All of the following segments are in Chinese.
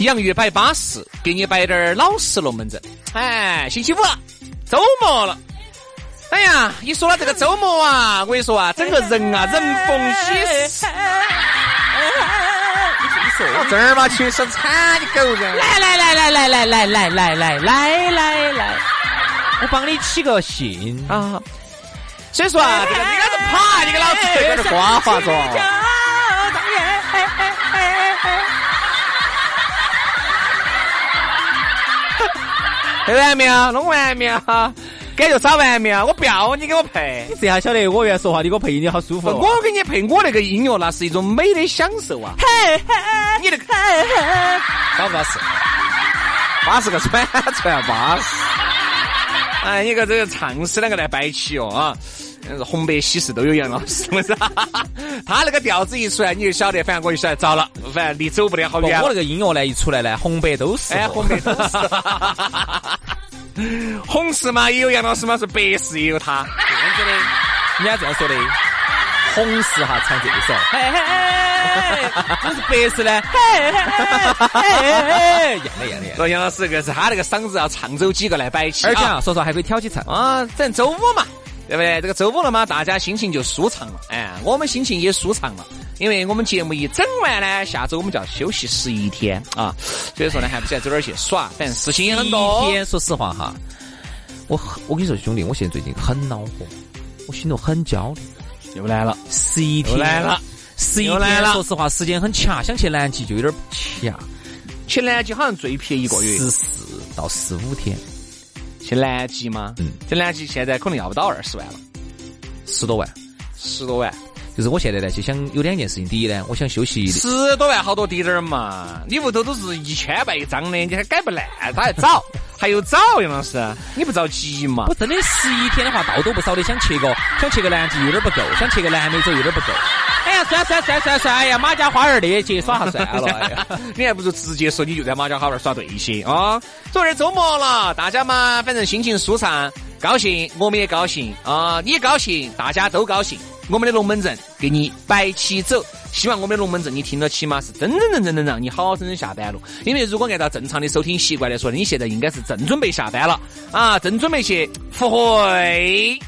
洋芋摆巴适，给你摆点儿老实龙门阵。哎，星期五了，周末了。哎呀，一说到这个周末啊，我跟你说啊，整个人啊，人逢喜事。我正儿八经生产你狗人！来来来来来来来来来来来来来，我帮你起个兴啊！所以说啊，这个你老子爬，你给老子在这儿瓜话 着。配完没有？弄完没有？感觉耍完没有？我不要你给我配。这下晓得我原来说话，你给我配音你好舒服、哦。我给你配我那个音乐，那是一种美的享受啊！你那个巴不巴适？巴适个喘喘巴适！ 哎，你个这个唱诗两个来摆起哦啊！嗯红白喜事都有杨老师， 是不是？他那个调子一出来，你就晓得，反正我就晓得糟了，反正离走不得好不我远那了。个音乐呢一出来呢，红白都是。哎，红白都是。红事 嘛也有杨老师嘛，是白事也有他。人家这样说的，红事哈唱这一首，嘿嘿，就是白事呢，嘿嘿嘿，一样的一样的一样的。说杨老师个是他那个嗓子要唱走几个来摆起、而且啊，说实话还可以挑起唱。啊，正周五嘛，对不对？这个周五了嘛，大家心情就舒畅了，哎，我们心情也舒畅了，因为我们节目一整完呢，下周我们就要休息十一天啊，所以说呢，还不晓得走哪儿去耍，反正事情也很多一。天，说实话哈，我很我跟你说兄弟，我现在最近很恼火，我心头很焦虑。又来了，十一又天啊来了，十一又来天，了说实话时间很卡，想去南极就有点儿卡。去南极好像最便宜一个月，十四到十五天，去南极吗？嗯，去南极现在可能要不到二十万了，十多万。十多万，就是我现在呢，就想有两件事情。第一呢，我想休息。十多万好多滴点儿嘛，你屋头都是一千万一张的，你还改不烂，他还早，还有早，杨老师，你不着急嘛我？真的十一天的话，倒多不少的，想去个想去个南极有点不够，想去个南美洲有点不够。哎呀，算算算算算，哎呀，马家花园的去耍下算了。哎呀， 你还不如直接说你就在马家花园耍对些啊！昨天周末了，大家嘛，反正心情舒畅，高兴，我们也高兴啊，你也高兴，大家都高兴。我们的龙门阵给你摆起走，希望我们的龙门阵你听了起码是真真正正能让你好好生生下班了。因为如果按照正常的收听习惯来说，你现在应该是正准备下班了啊，正准备去赴会，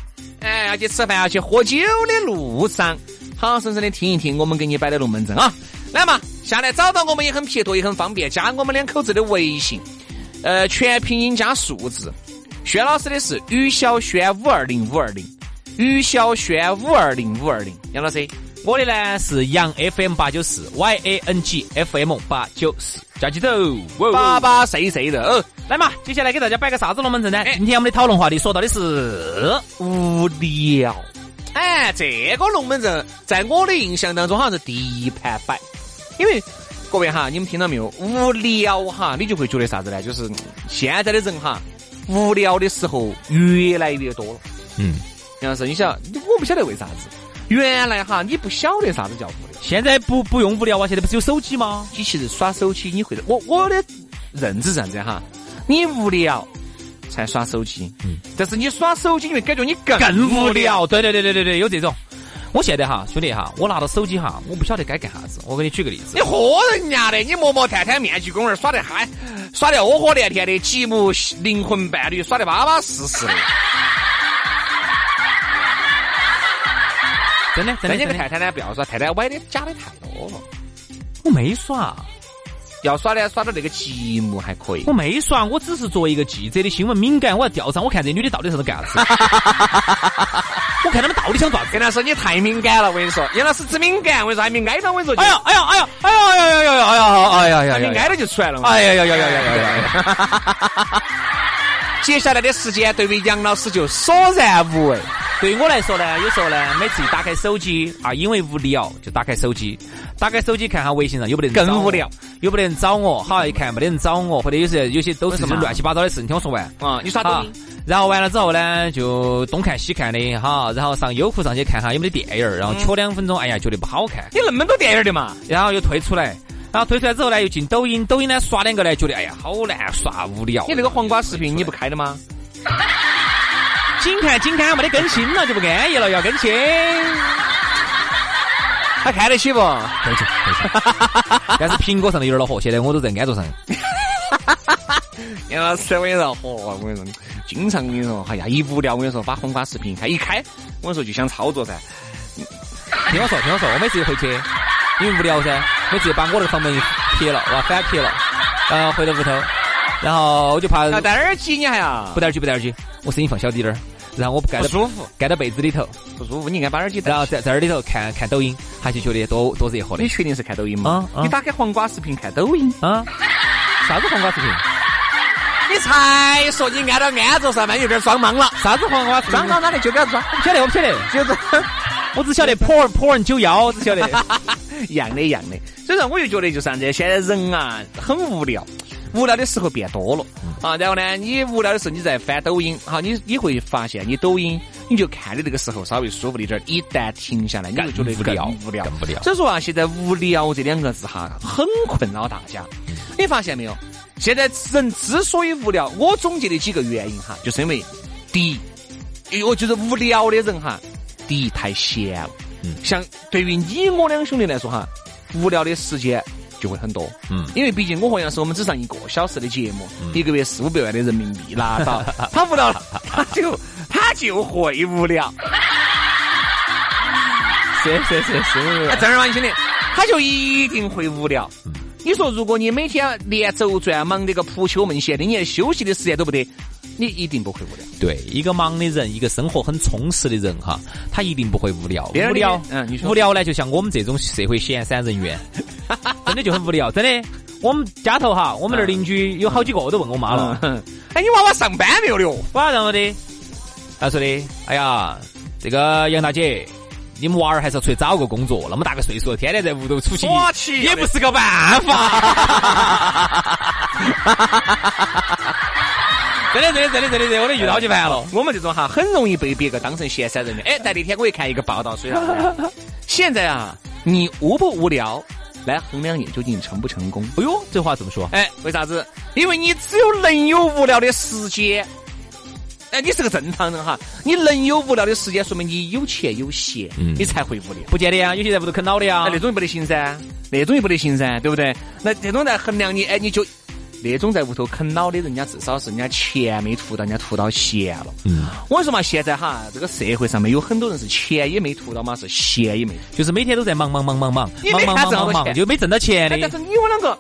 哎，要去吃饭，要去喝酒的路上，好好生生的听一听我们给你摆的龙门阵啊！来嘛，下来找到我们也很撇脱，也很方便，加我们两口子的微信，呃，全拼音加数字。轩老师的是于小轩五二零五二零，于小轩五二零五二零。杨老师，我的呢是杨 FM 八九四 Y A N G F M 八九四，加起走。哦巴巴谁谁的哦，来嘛，接下来给大家摆个啥子龙门阵呢哎？今天我们的讨论话题说到的是无聊。哎，这个龙门阵在我的印象当中好像是第一盘摆，因为各位哈，你们听到没有？无聊哈，你就会觉得啥子呢？就是嗯现在的人哈，无聊的时候越来越多了。嗯，杨老师，你想，我不晓得为啥子。原来哈，你不晓得啥子叫无聊，现在不不用无聊啊，现在不是有手机吗？你其实耍手机，你会我我的认知是这样子的哈，你无聊才耍手机，但是你耍手机，你会感觉你更嗯更无无聊。聊。对对对对对对，有这种。我现在哈，兄弟哈，我拿到手机哈，我不晓得该干啥子。我给你举个例子你，喝人家的，你磨磨探探面具公园耍得嗨，耍得窝火连天的，极目灵魂伴侣耍得巴巴适 适的，真的真但的你真个的探探呢，不要耍，探探歪的假的太多了。我没耍，要耍呢，耍到那个节目还可以我。没耍，我只是作为一个记者的新闻敏感，我要调查，我看这女的到底是在干啥子。 我看他们到底想咋子。杨老师，你太敏感了，我跟你说，杨老师只敏感，我跟你说还没挨到，我跟你说，哎呀，哎呀，哎呀，哎呀，哎呀，哎呀，哎呀，哎呀，哎呀，还没挨到就出来了嘛。哎呀呀呀呀呀呀呀！接下来的时间对于杨老师就索然无味。对于我来说呢，有时候呢，每次一打开手机啊，因为无聊就打开手机，打开手机看下微信上有没得人找我更无聊，有没得人找我，好一看没得人找我，或者有时有些都是为什么乱七八糟的事情，听我说完。啊，你耍抖好音，，然后完了之后呢，就东看西看的哈，然后上优酷上去看哈有没得电影儿，然后瞧两分钟，哎呀觉得不好看，你那么多电影的嘛？然后又退出来，然后退出来之后呢又进抖音，抖音呢刷两个呢觉得哎呀好难刷无聊，你那个黄瓜视频你不开的吗？紧看紧看没得更新了就不安逸了，要更新。还开得起不？更新更新， 但是苹果上的有点恼火，现在我都在安卓上。杨老师，我跟你说，嚯，我跟你说，经常跟你说，哎呀，一无聊，我跟你说，把黄瓜视频一开一开，我跟你说就想操作噻。听我说听我说，我每次一回去，因为无聊噻，每次把我那个房门一撇了，哇反撇了，然后回到屋头，然后我就怕要戴耳机你还要不戴耳机，不戴耳机，我声音放小滴点儿，然后我盖不到舒服，盖到被子里头，不舒服，你应该把耳机戴然。后在在这里头看看抖音，还是觉得多多热和的你确定是看抖音吗？啊啊你打开黄瓜视频看抖音，啊。啥子黄瓜视频？你才说你按到安卓上面有点装莽了，啥子黄瓜视频？装到哪里就给他装，我不晓得，我不晓得， 就是我只晓得 porn porn 九幺，我只 晓得。一样的，一样的。所以说，我就觉得就是啥子，现在人啊很无聊，无聊的时候变多了啊。然后呢，你无聊的时候你在翻抖音，哈，你你会发现你抖音你就看的这个时候稍微舒服了一点儿，一旦停下来，你就觉得更无聊更无聊，更无聊所以说啊，现在无聊这两个字哈，很困扰大家。你发现没有？现在人之所以无聊，我总结的几个原因哈，就是因为第一。我觉得无聊的人哈，第一太闲了。嗯像对于你我两兄弟来说哈，无聊的时间就会很多。嗯因为毕竟我和杨师我们只上一个小时的节目，一个月四五百万的人民币拉倒，他无聊了，他就他就会无聊。是是是哎是，正儿八经兄弟，他就一定会无聊。你说，如果你每天连轴转忙这个扑球门闲的，你连休息的时间都不得，你一定不会无聊。对，一个忙的人，一个生活很充实的人哈，他一定不会无聊。别人无聊，嗯你说无聊呢，就像我们这种社会闲散人员，真的就很无聊，真的。我们家头哈，我们那儿邻居有好几个都问我妈了，嗯， 哎，你娃娃上班没有的哦？晚上我的，他说的，哎呀，这个杨大姐，你们娃儿还是要出去找个工作，那么大个岁数了，天天在屋头出去，我去也不是个办 法。真的，真的，真的，真的，真的，我都遇到好几烦了。我们这种哈，很容易被别个当成闲散人员。哎，但那天我一看一个报道，说啥子啊现在啊，你无不无聊，来衡量你究竟成不成功。哎呦，这话怎么说？哎，为啥子？因为你只有能有无聊的时间。哎，你是个正常人哈，你能有无聊的时间，说明你有钱有闲，你才会无聊。不见得呀，有些在屋头啃老的呀哎，。那种也不得行噻，那种也不得行噻，对不对？那这种在衡量你，哎，你就那种在屋头啃老的人家，至少是人家钱没图到，人家图到闲了。嗯，我跟你说嘛，现在哈，这个社会上面有很多人是钱也没图到嘛，是闲也没图。就是每天都在忙忙忙忙忙你忙没忙啥忙挣到忙忙，钱就没挣到钱哎，但的是。你我两个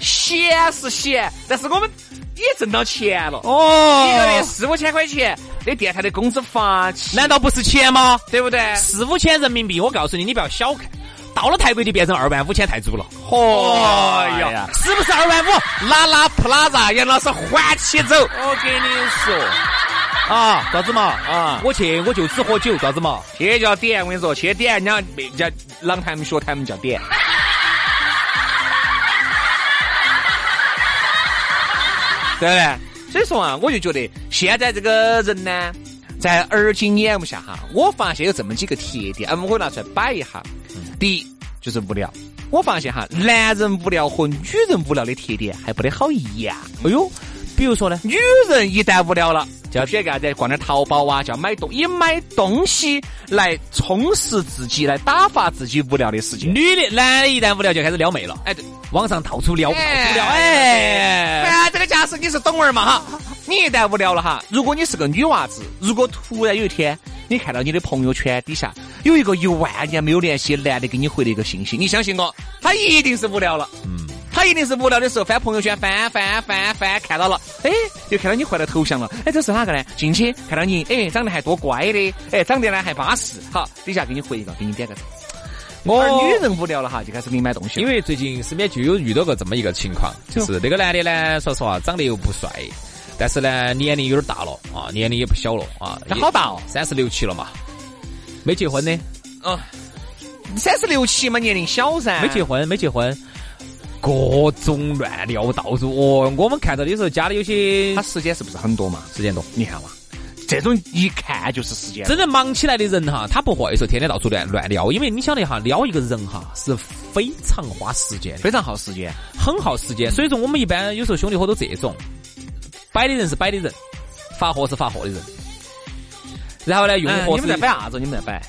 闲是闲，但是我们也挣到钱了。哦一个月四五千块钱，那电台的工资发起，难道不是钱吗？对不对？四五千人民币，我告诉你，你不要小看，到了泰国就变成二万五千泰铢了。嚯哎呀呀，！是不是二万五？拉拉普拉扎，杨老师还起走。我跟你说啊，咋子嘛？啊我去，我就只喝酒，咋子嘛？去叫点，我跟你说，去点人家人家朗他们学他们叫点。对不对？所以说啊，我就觉得现在这个人呢，在耳今眼目下哈，我发现有这么几个特点，嗯，我拿出来摆一下。第一就是无聊，我发现哈，男人无聊和女人无聊的特点还不得好一样。哎呦，比如说呢，女人一旦无聊了，就就要选干啥子？逛点淘宝啊，就要买东，以买东西来充实自己，来打发自己无聊的时间。女的、男的一旦无聊就开始撩妹了，哎，对，网上到处撩，到处撩，哎哎，呀，这个架势你是懂儿嘛哈？你一旦无聊了哈，如果你是个女娃子，如果突然有一天你看到你的朋友圈底下有一个一万年没有联系的男的给你回了一个信息，你相信我，他一定是无聊了。嗯。他一定是无聊的时候翻朋友圈，翻翻翻翻，看到了，哎，又看到你换了头像了，哎，这是哪个呢？进去看到你，哎，长得还多乖的，哎，长得呢还巴适，好，底下给你回一个，给你点个赞。我而女人无聊了哈，就开始给你买东西了，因为最近身边就有遇到过这么一个情况，就是那个男的呢，说实话长得又不帅，但是呢年龄有点大了啊，年龄也不小了啊，那好大哦，三十六七了嘛，没结婚的，嗯，三十六七嘛，年龄小噻，没结婚，没结婚。各种乱聊，到处哦！我们看到的时候，家里有些他时间是不是很多嘛？时间多，你看嘛，这种一看就是时间。真正忙起来的人哈，他不会说天天到处乱乱撩，因为你晓得哈，撩一个人哈是非常花时间的，非常耗时间，很耗时间。所以说我们一般有时候兄弟伙都这种，摆的人是摆的人，发货是发货的人，然后呢用嗯货你是们在摆啥子？你们在摆？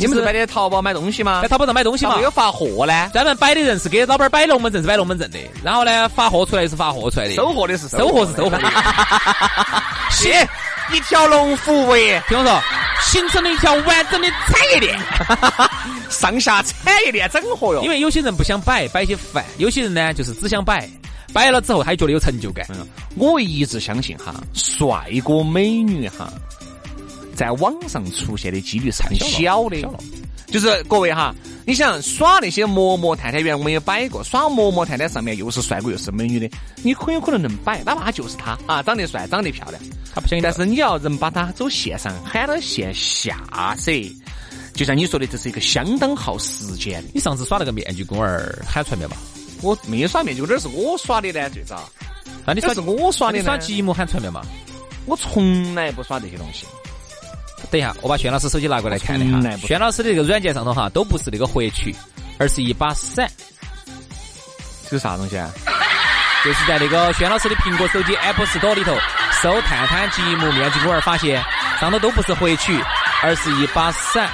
你们是摆的淘宝买东西吗在？淘宝上买东西淘嘛宝。有发货呢，专门摆的人是给老板摆龙门阵，是摆龙门阵的。然后呢，发货出来是发货出来的，收货的哎是收货是收货的。 是一条龙服务业，听我说，形成了一条完整的产业链。上下产业链整合哟。因为有些人不想摆，摆一些烦；有些人呢，就是只想摆，摆了之后他就觉得有成就感。嗯我一直相信哈，帅哥美女哈，在网上出现的几率是很小的。就是各位哈，你想耍那些嬷嬷探探员，我们也摆过，耍嬷嬷探探上面又是帅哥又是美女的，你很有可能能摆，哪怕他就是他啊，长得帅，长得漂亮，他不想，但是你要能把他走线上喊到线下噻。就像你说的，这是一个相当耗时间的。你上次耍那个面具公儿喊出来没有嘛？我没耍面具，哪儿是我耍的呢？最早那啊你哪耍儿是我耍那的呢？你耍积木喊出来没有嘛？我从来不耍这些东西。等一下，我把轩老师手机拿过来看我一从来下。嗯不轩老师的这个软件上头哈，都不是那个获取，而是一把伞，这是啥东西啊？就是在那个轩老师的苹果手机 App Store 里头搜探探积木面具公儿，发现上头都不是获取，而是一把伞，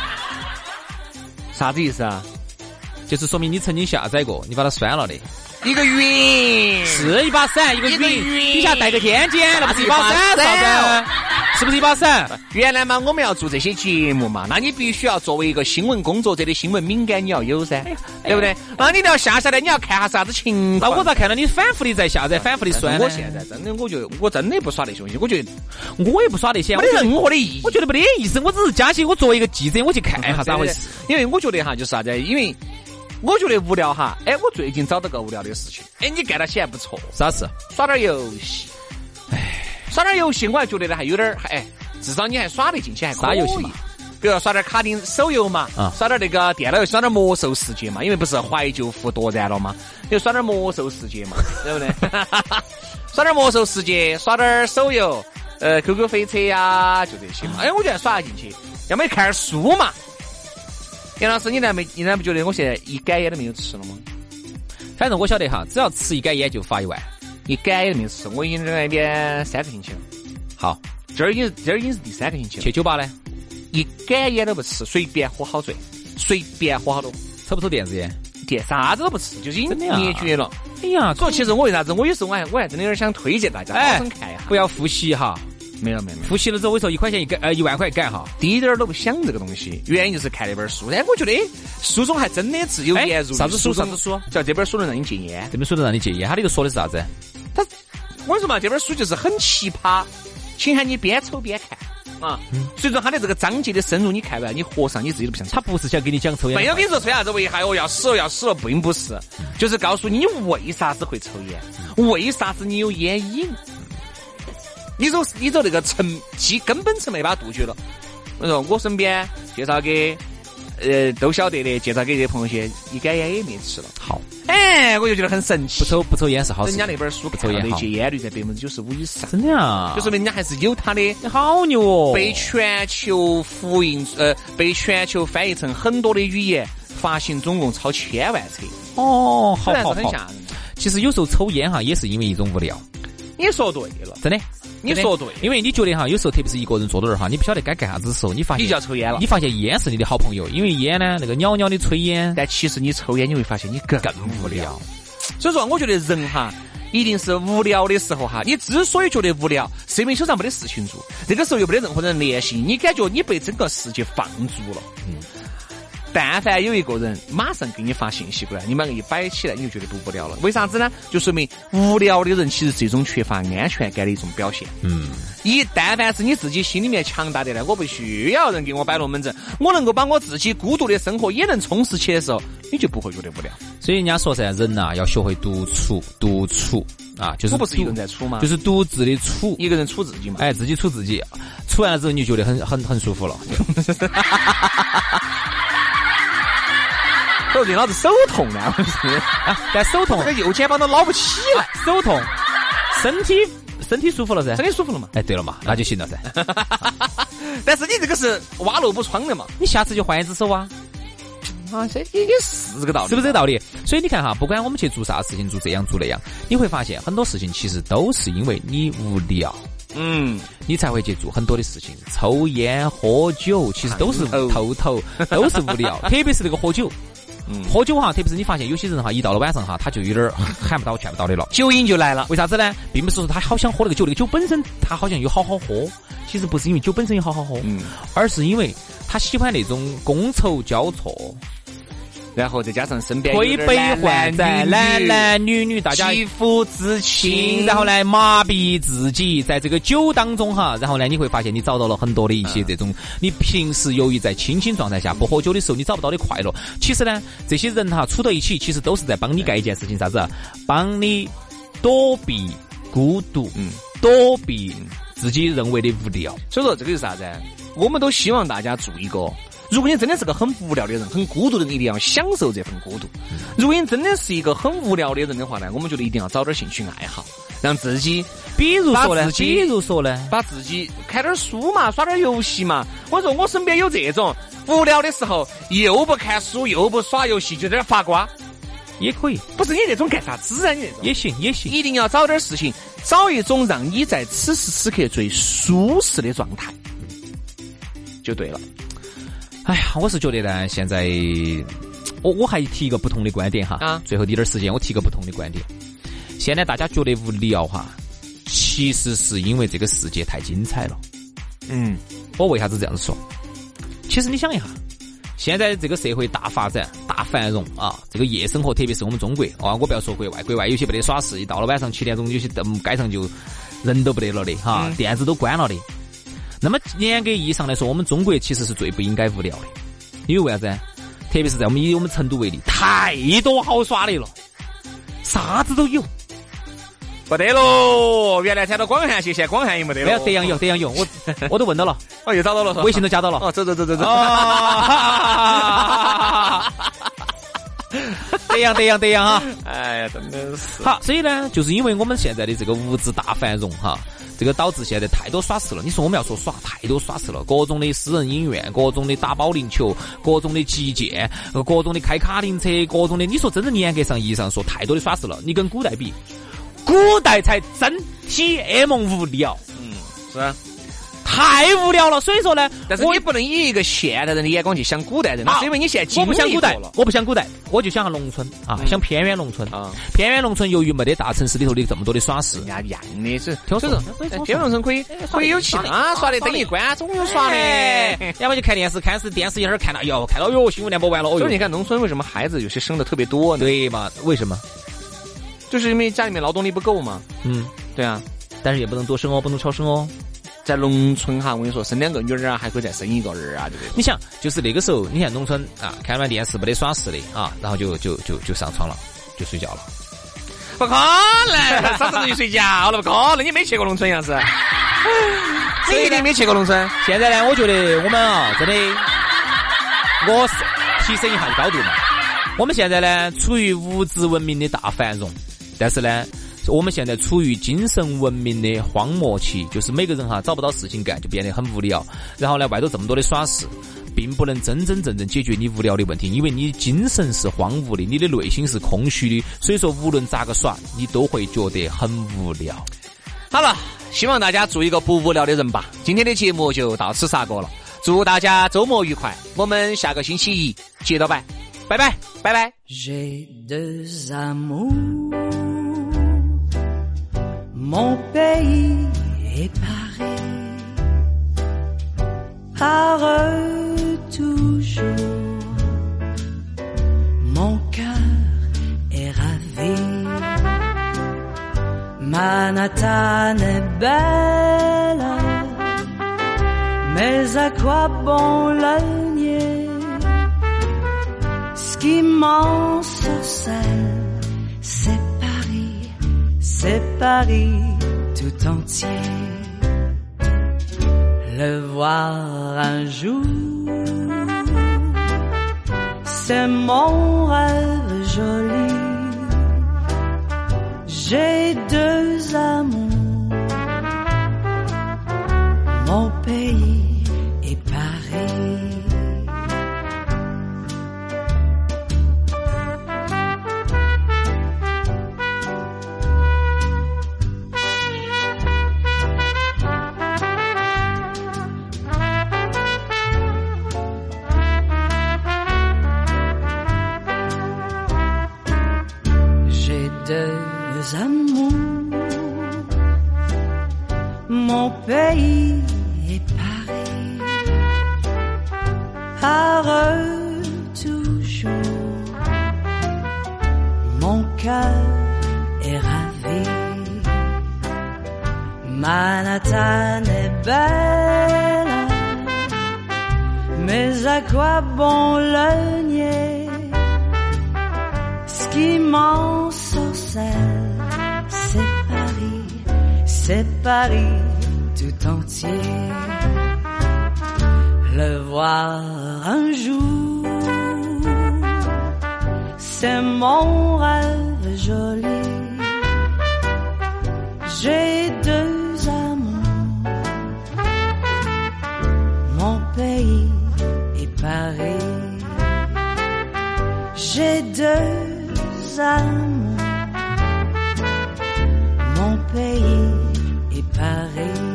啥子意思啊？就是说明你曾经下载过，你把它删了的。一个云是一把伞，一个一云，个云底下带个尖尖，那不是一把伞，那是一把啥伞子？是不是一把伞？原来嘛，我们要做这些节目嘛，那你必须要作为一个新闻工作者的新闻敏感，你要有噻，对不对？那你要下下来，你要看下啥子情那况。我咋看到你反复的在下载，反复的但删是呢？我现在真的，我就我真的不耍那些东西，我觉得我也不耍那些，我没觉得得任何的意义我。觉得没得意思，我只是加起我作为一个记者，我去看哎嗯一下咋回事。因为我觉得哈，就是啥子？因为我觉得无聊哈，哎，我最近找到个无聊的事情，哎，你干到起还不错，啥事？耍点游戏，哎，耍点游戏，我还觉得呢还有点儿，还哎，至少你还耍得进去，还可以啥游戏嘛？比如耍点卡丁手游嘛，啊耍点那个电脑游戏，耍点魔兽世界嘛，因为不是怀旧服夺燃了嘛，就耍点魔兽世界 嘛，对 不对？耍点魔兽世界，耍点手游，呃，QQ 飞车呀、就这些嘛。啊哎，我觉得耍得进去，要么就看点书嘛。杨老师，你难没你难不觉得我现在一杆烟都没有吃了吗？反正我晓得哈，只要吃一杆烟就发一万。一杆烟都没有吃，我已经在那边三个星期了。好，今儿已经今儿已经是第三个星期了，去酒吧呢？一杆烟都不吃，随便喝好醉，随便喝好多，抽不抽电子烟？点啥子都不吃，就是已经真的啊灭绝了。哎呀，所以其实我为啥子，我有时候我还我还真的有点想推荐大家，好哎生看一下。不要复习哈，没有没有没有，复习了之后我跟你说一块钱一杆，呃一万块一杆哈。滴点儿都不想这个东西，原因就是看那本书。哎，我觉得哎书中还真的是有哎言入啥子书中啥子书叫这本书能啊让你戒烟。这本书都让你戒烟，他那个说的是啥子？他我跟你说嘛，这本书就是很奇葩，请喊你边抽边看啊。所以说他的这个章节的深入，你看完你合上你自己都不想抽他。不是想给你讲抽烟的话。没有跟你说吹啥子危害哦，要死了要死了，并不是，就是告诉你你为啥子会抽烟，为啥子你有烟瘾，你走你走那个层基根本层面把它杜绝了。我说我身边介绍给呃都晓得的，介绍给这些朋友些，一杆烟也没吃了。好，哎，我就觉得很神奇。不抽不抽烟是好事人情。家那本书不抽看烟到的好戒烟率在百分之九十五以上，真的啊，就说明人家还是有他的。你好牛哦！被全球复印呃被全球翻译成很多的语言，发行总共超千万册，哦，好虽然是啊好很好。吓人。其实有时候抽烟哈，也是因为一种无聊，你说对了，真的。你真的说对因为你觉得哈，有时候特别是一个人坐到那儿哈，你不晓得该干啥子的时候，你发现你就要抽烟了你。发现烟是你的好朋友，因为烟呢，那个袅袅的炊烟但其实你抽烟，你会发现你更更无聊。所以说，我觉得人哈，一定是无聊的时候哈。你之所以觉得无聊，是因为手上没得事情做，这个时候又没得任何人联系，你感觉你被整个世界放逐了。嗯。但凡有一个人马上给你发信息过来，你们一摆起来，你就觉得不无聊了。为啥子呢？就说明无聊的人其实是一种缺乏安全感的一种表现。嗯，一但凡是你自己心里面强大的呢，我不需要人给我摆龙门阵，我能够把我自己孤独的生活也能充实起的时候，你就不会觉得无聊。所以人家说噻，人呐、要学会独处，独处啊，就是我不是独一个人在处吗就是独自的处，一个人处自己嘛，哎，自己处自己，处完了之后你就觉得很很很舒服了。哎，我对老子手痛呢，我是，但啊手痛 这，个右肩膀都捞不起了，手痛，身体身体舒服了噻真。的舒服了嘛？哎，对了嘛，那就行了噻。但是你这个是挖萝卜窗的嘛，你下次就换一只手啊，啊，这也也是这个道理，是不是这个道理？所以你看哈，不管我们去做啥事情，做这样做那样，你会发现很多事情其实都是因为你无聊。嗯。你才会去做很多的事情，抽烟、喝酒，其实都是烫头头头，都是无 聊。特别是那个喝酒，喝酒哈，啊特别是你发现有些人哈，一到了晚上哈，他就有点儿喊不到、劝不到的了。 酒瘾就来了。为啥子呢？并不是说他好想喝那个酒，那个酒本身他好像又好好喝，其实不是因为酒本身有好好喝，嗯而是因为他喜欢那种觥筹交错、然后再加上身边推杯换盏、男男男女女，大家肌肤之亲，然后呢，麻痹自己，在这个酒当中哈，然后呢，你会发现你找到了很多的一些嗯这种，你平时由于在清醒状态下不喝酒的时候，你找不到的快乐。其实呢，这些人哈处到一起，其实都是在帮你干一件事情，啥子啊？帮你躲避孤独，嗯躲避自己认为的无聊。所以说这个是啥子？我们都希望大家做一个。如果你真的是个很无聊的人，很孤独的人，一定要享受这份孤独。如果你真的是一个很无聊的人的话呢，我们觉得一定要找点兴趣爱好，让自己比如说把呢自，己比如说呢，把自己看点书嘛，耍点游戏嘛。我说我身边有这种无聊的时候，又不看书，又不耍游戏，就在那儿发瓜。也可以，不是你那种干啥子啊？你那种也行，也行。一定要找点事情，找一种让你在此时此刻最舒适的状态，就对了。哎呀，我是觉得呢，现在呃我我还提一个不同的观点哈。啊最后滴点儿时间，我提一个不同的观点。现在大家觉得无聊哈，其实是因为这个世界太精彩了。嗯，我为啥子这样子说？其实你想一下，现在这个社会大发展、大繁荣啊，这个夜生活，特别是我们中国啊，我不要说国外，国外有些没得耍事，一到了晚上七点钟，有些嗯街上就人都不得了的哈，嗯店子都关了的。那么严格意义上来说，我们中国其实是最不应该无聊的，因为为啥子呢？特别是在我们以我们成都为例，太多好耍的了，啥子都有。不得喽！原来谈到广汉去，现在广汉也没得没了有。德阳有，德阳有，我 我都问到了，哦，又找到了，微信都加到了。 哦，走走走走走。啊！这样这样这样啊！哎呀，真的是。好，所以呢，就是因为我们现在的这个物质大繁荣哈，这个导致现在太多耍事了。你说我们要说耍，太多耍事了，各种的私人影院，各种的打保龄球，各种的击剑，呃各种的开卡丁车，各种的，你说真正严格上意义上说，太多的耍事了。你跟古代比，古代才真 T M 无聊，嗯，是啊。太无聊了。所以说呢，但是我你不能以一个现代人的眼光去想古代人，那啊是因为你现在经我不想历古代过了，嗯我不想古代，我就想下农村啊，想偏远农村啊。偏远农村由于没得大城市里头的这么多的耍事人，家一样的，是哎听我说所以说偏农村可以可以有其他耍的，灯一关总有耍的。哎要么就看电视，看是电视一会儿看到，哟，看到哟，新闻联播完了，哦所以你哟，看农村为什么孩子有些生的特别多呢？对嘛？为什么？就是因为家里面劳动力不够嘛。嗯，对啊，但是也不能多生哦，不能超生哦。在农村哈，我跟你说，生两个女儿啊，还可以再生一个儿啊，对不对？你想，就是那个时候，你看农村啊，看完电视没得耍事的啊，然后就就就就上床了，就睡觉了。不可能，啥时候就睡觉了？不可能，你没去过农村样 子？你一定没去过农村。现在呢，我觉得我们啊，真的，我是提升一下高度嘛。我们现在呢，处于物质文明的大繁荣，但是呢，我们现在处于精神文明的荒漠期，就是每个人哈找不到事情干，就变得很无聊。然后呢，外头这么多的耍事，并不能真真正正解决你无聊的问题，因为你精神是荒芜的，你的内心是空虚的。所以说，无论咋个耍，你都会觉得很无聊。好了，希望大家做一个不无聊的人吧。今天的节目就到此煞过了，祝大家周末愉快。我们下个星期一接着拜，拜拜，拜拜。 J'ai deux amours Mon pays est Paris, par eux toujours. Mon cœur est ravi, Manhattan est belle, mais à quoi bon le nier Ce qui m'en sorcelle, c'est Paris, c'est Paris tout entier. Le voir un jour, c'est mon rêve joli. J'ai deux amours, mon pays et Paris. J'ai deux amours, mon pays et Paris. Par eux toujours, mon cœur est ravi. Manhattan est belle, mais à quoi bon le nier ce qui m'ensorcelle, c'est Paris, c'est Paris tout entier. Le voir un jour, c'est mon rêve joli. J'ai deux amours, mon pays et Paris. J'ai deux âmes, mon pays et Paris.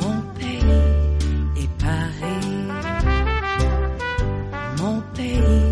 Mon pays et Paris. Mon pays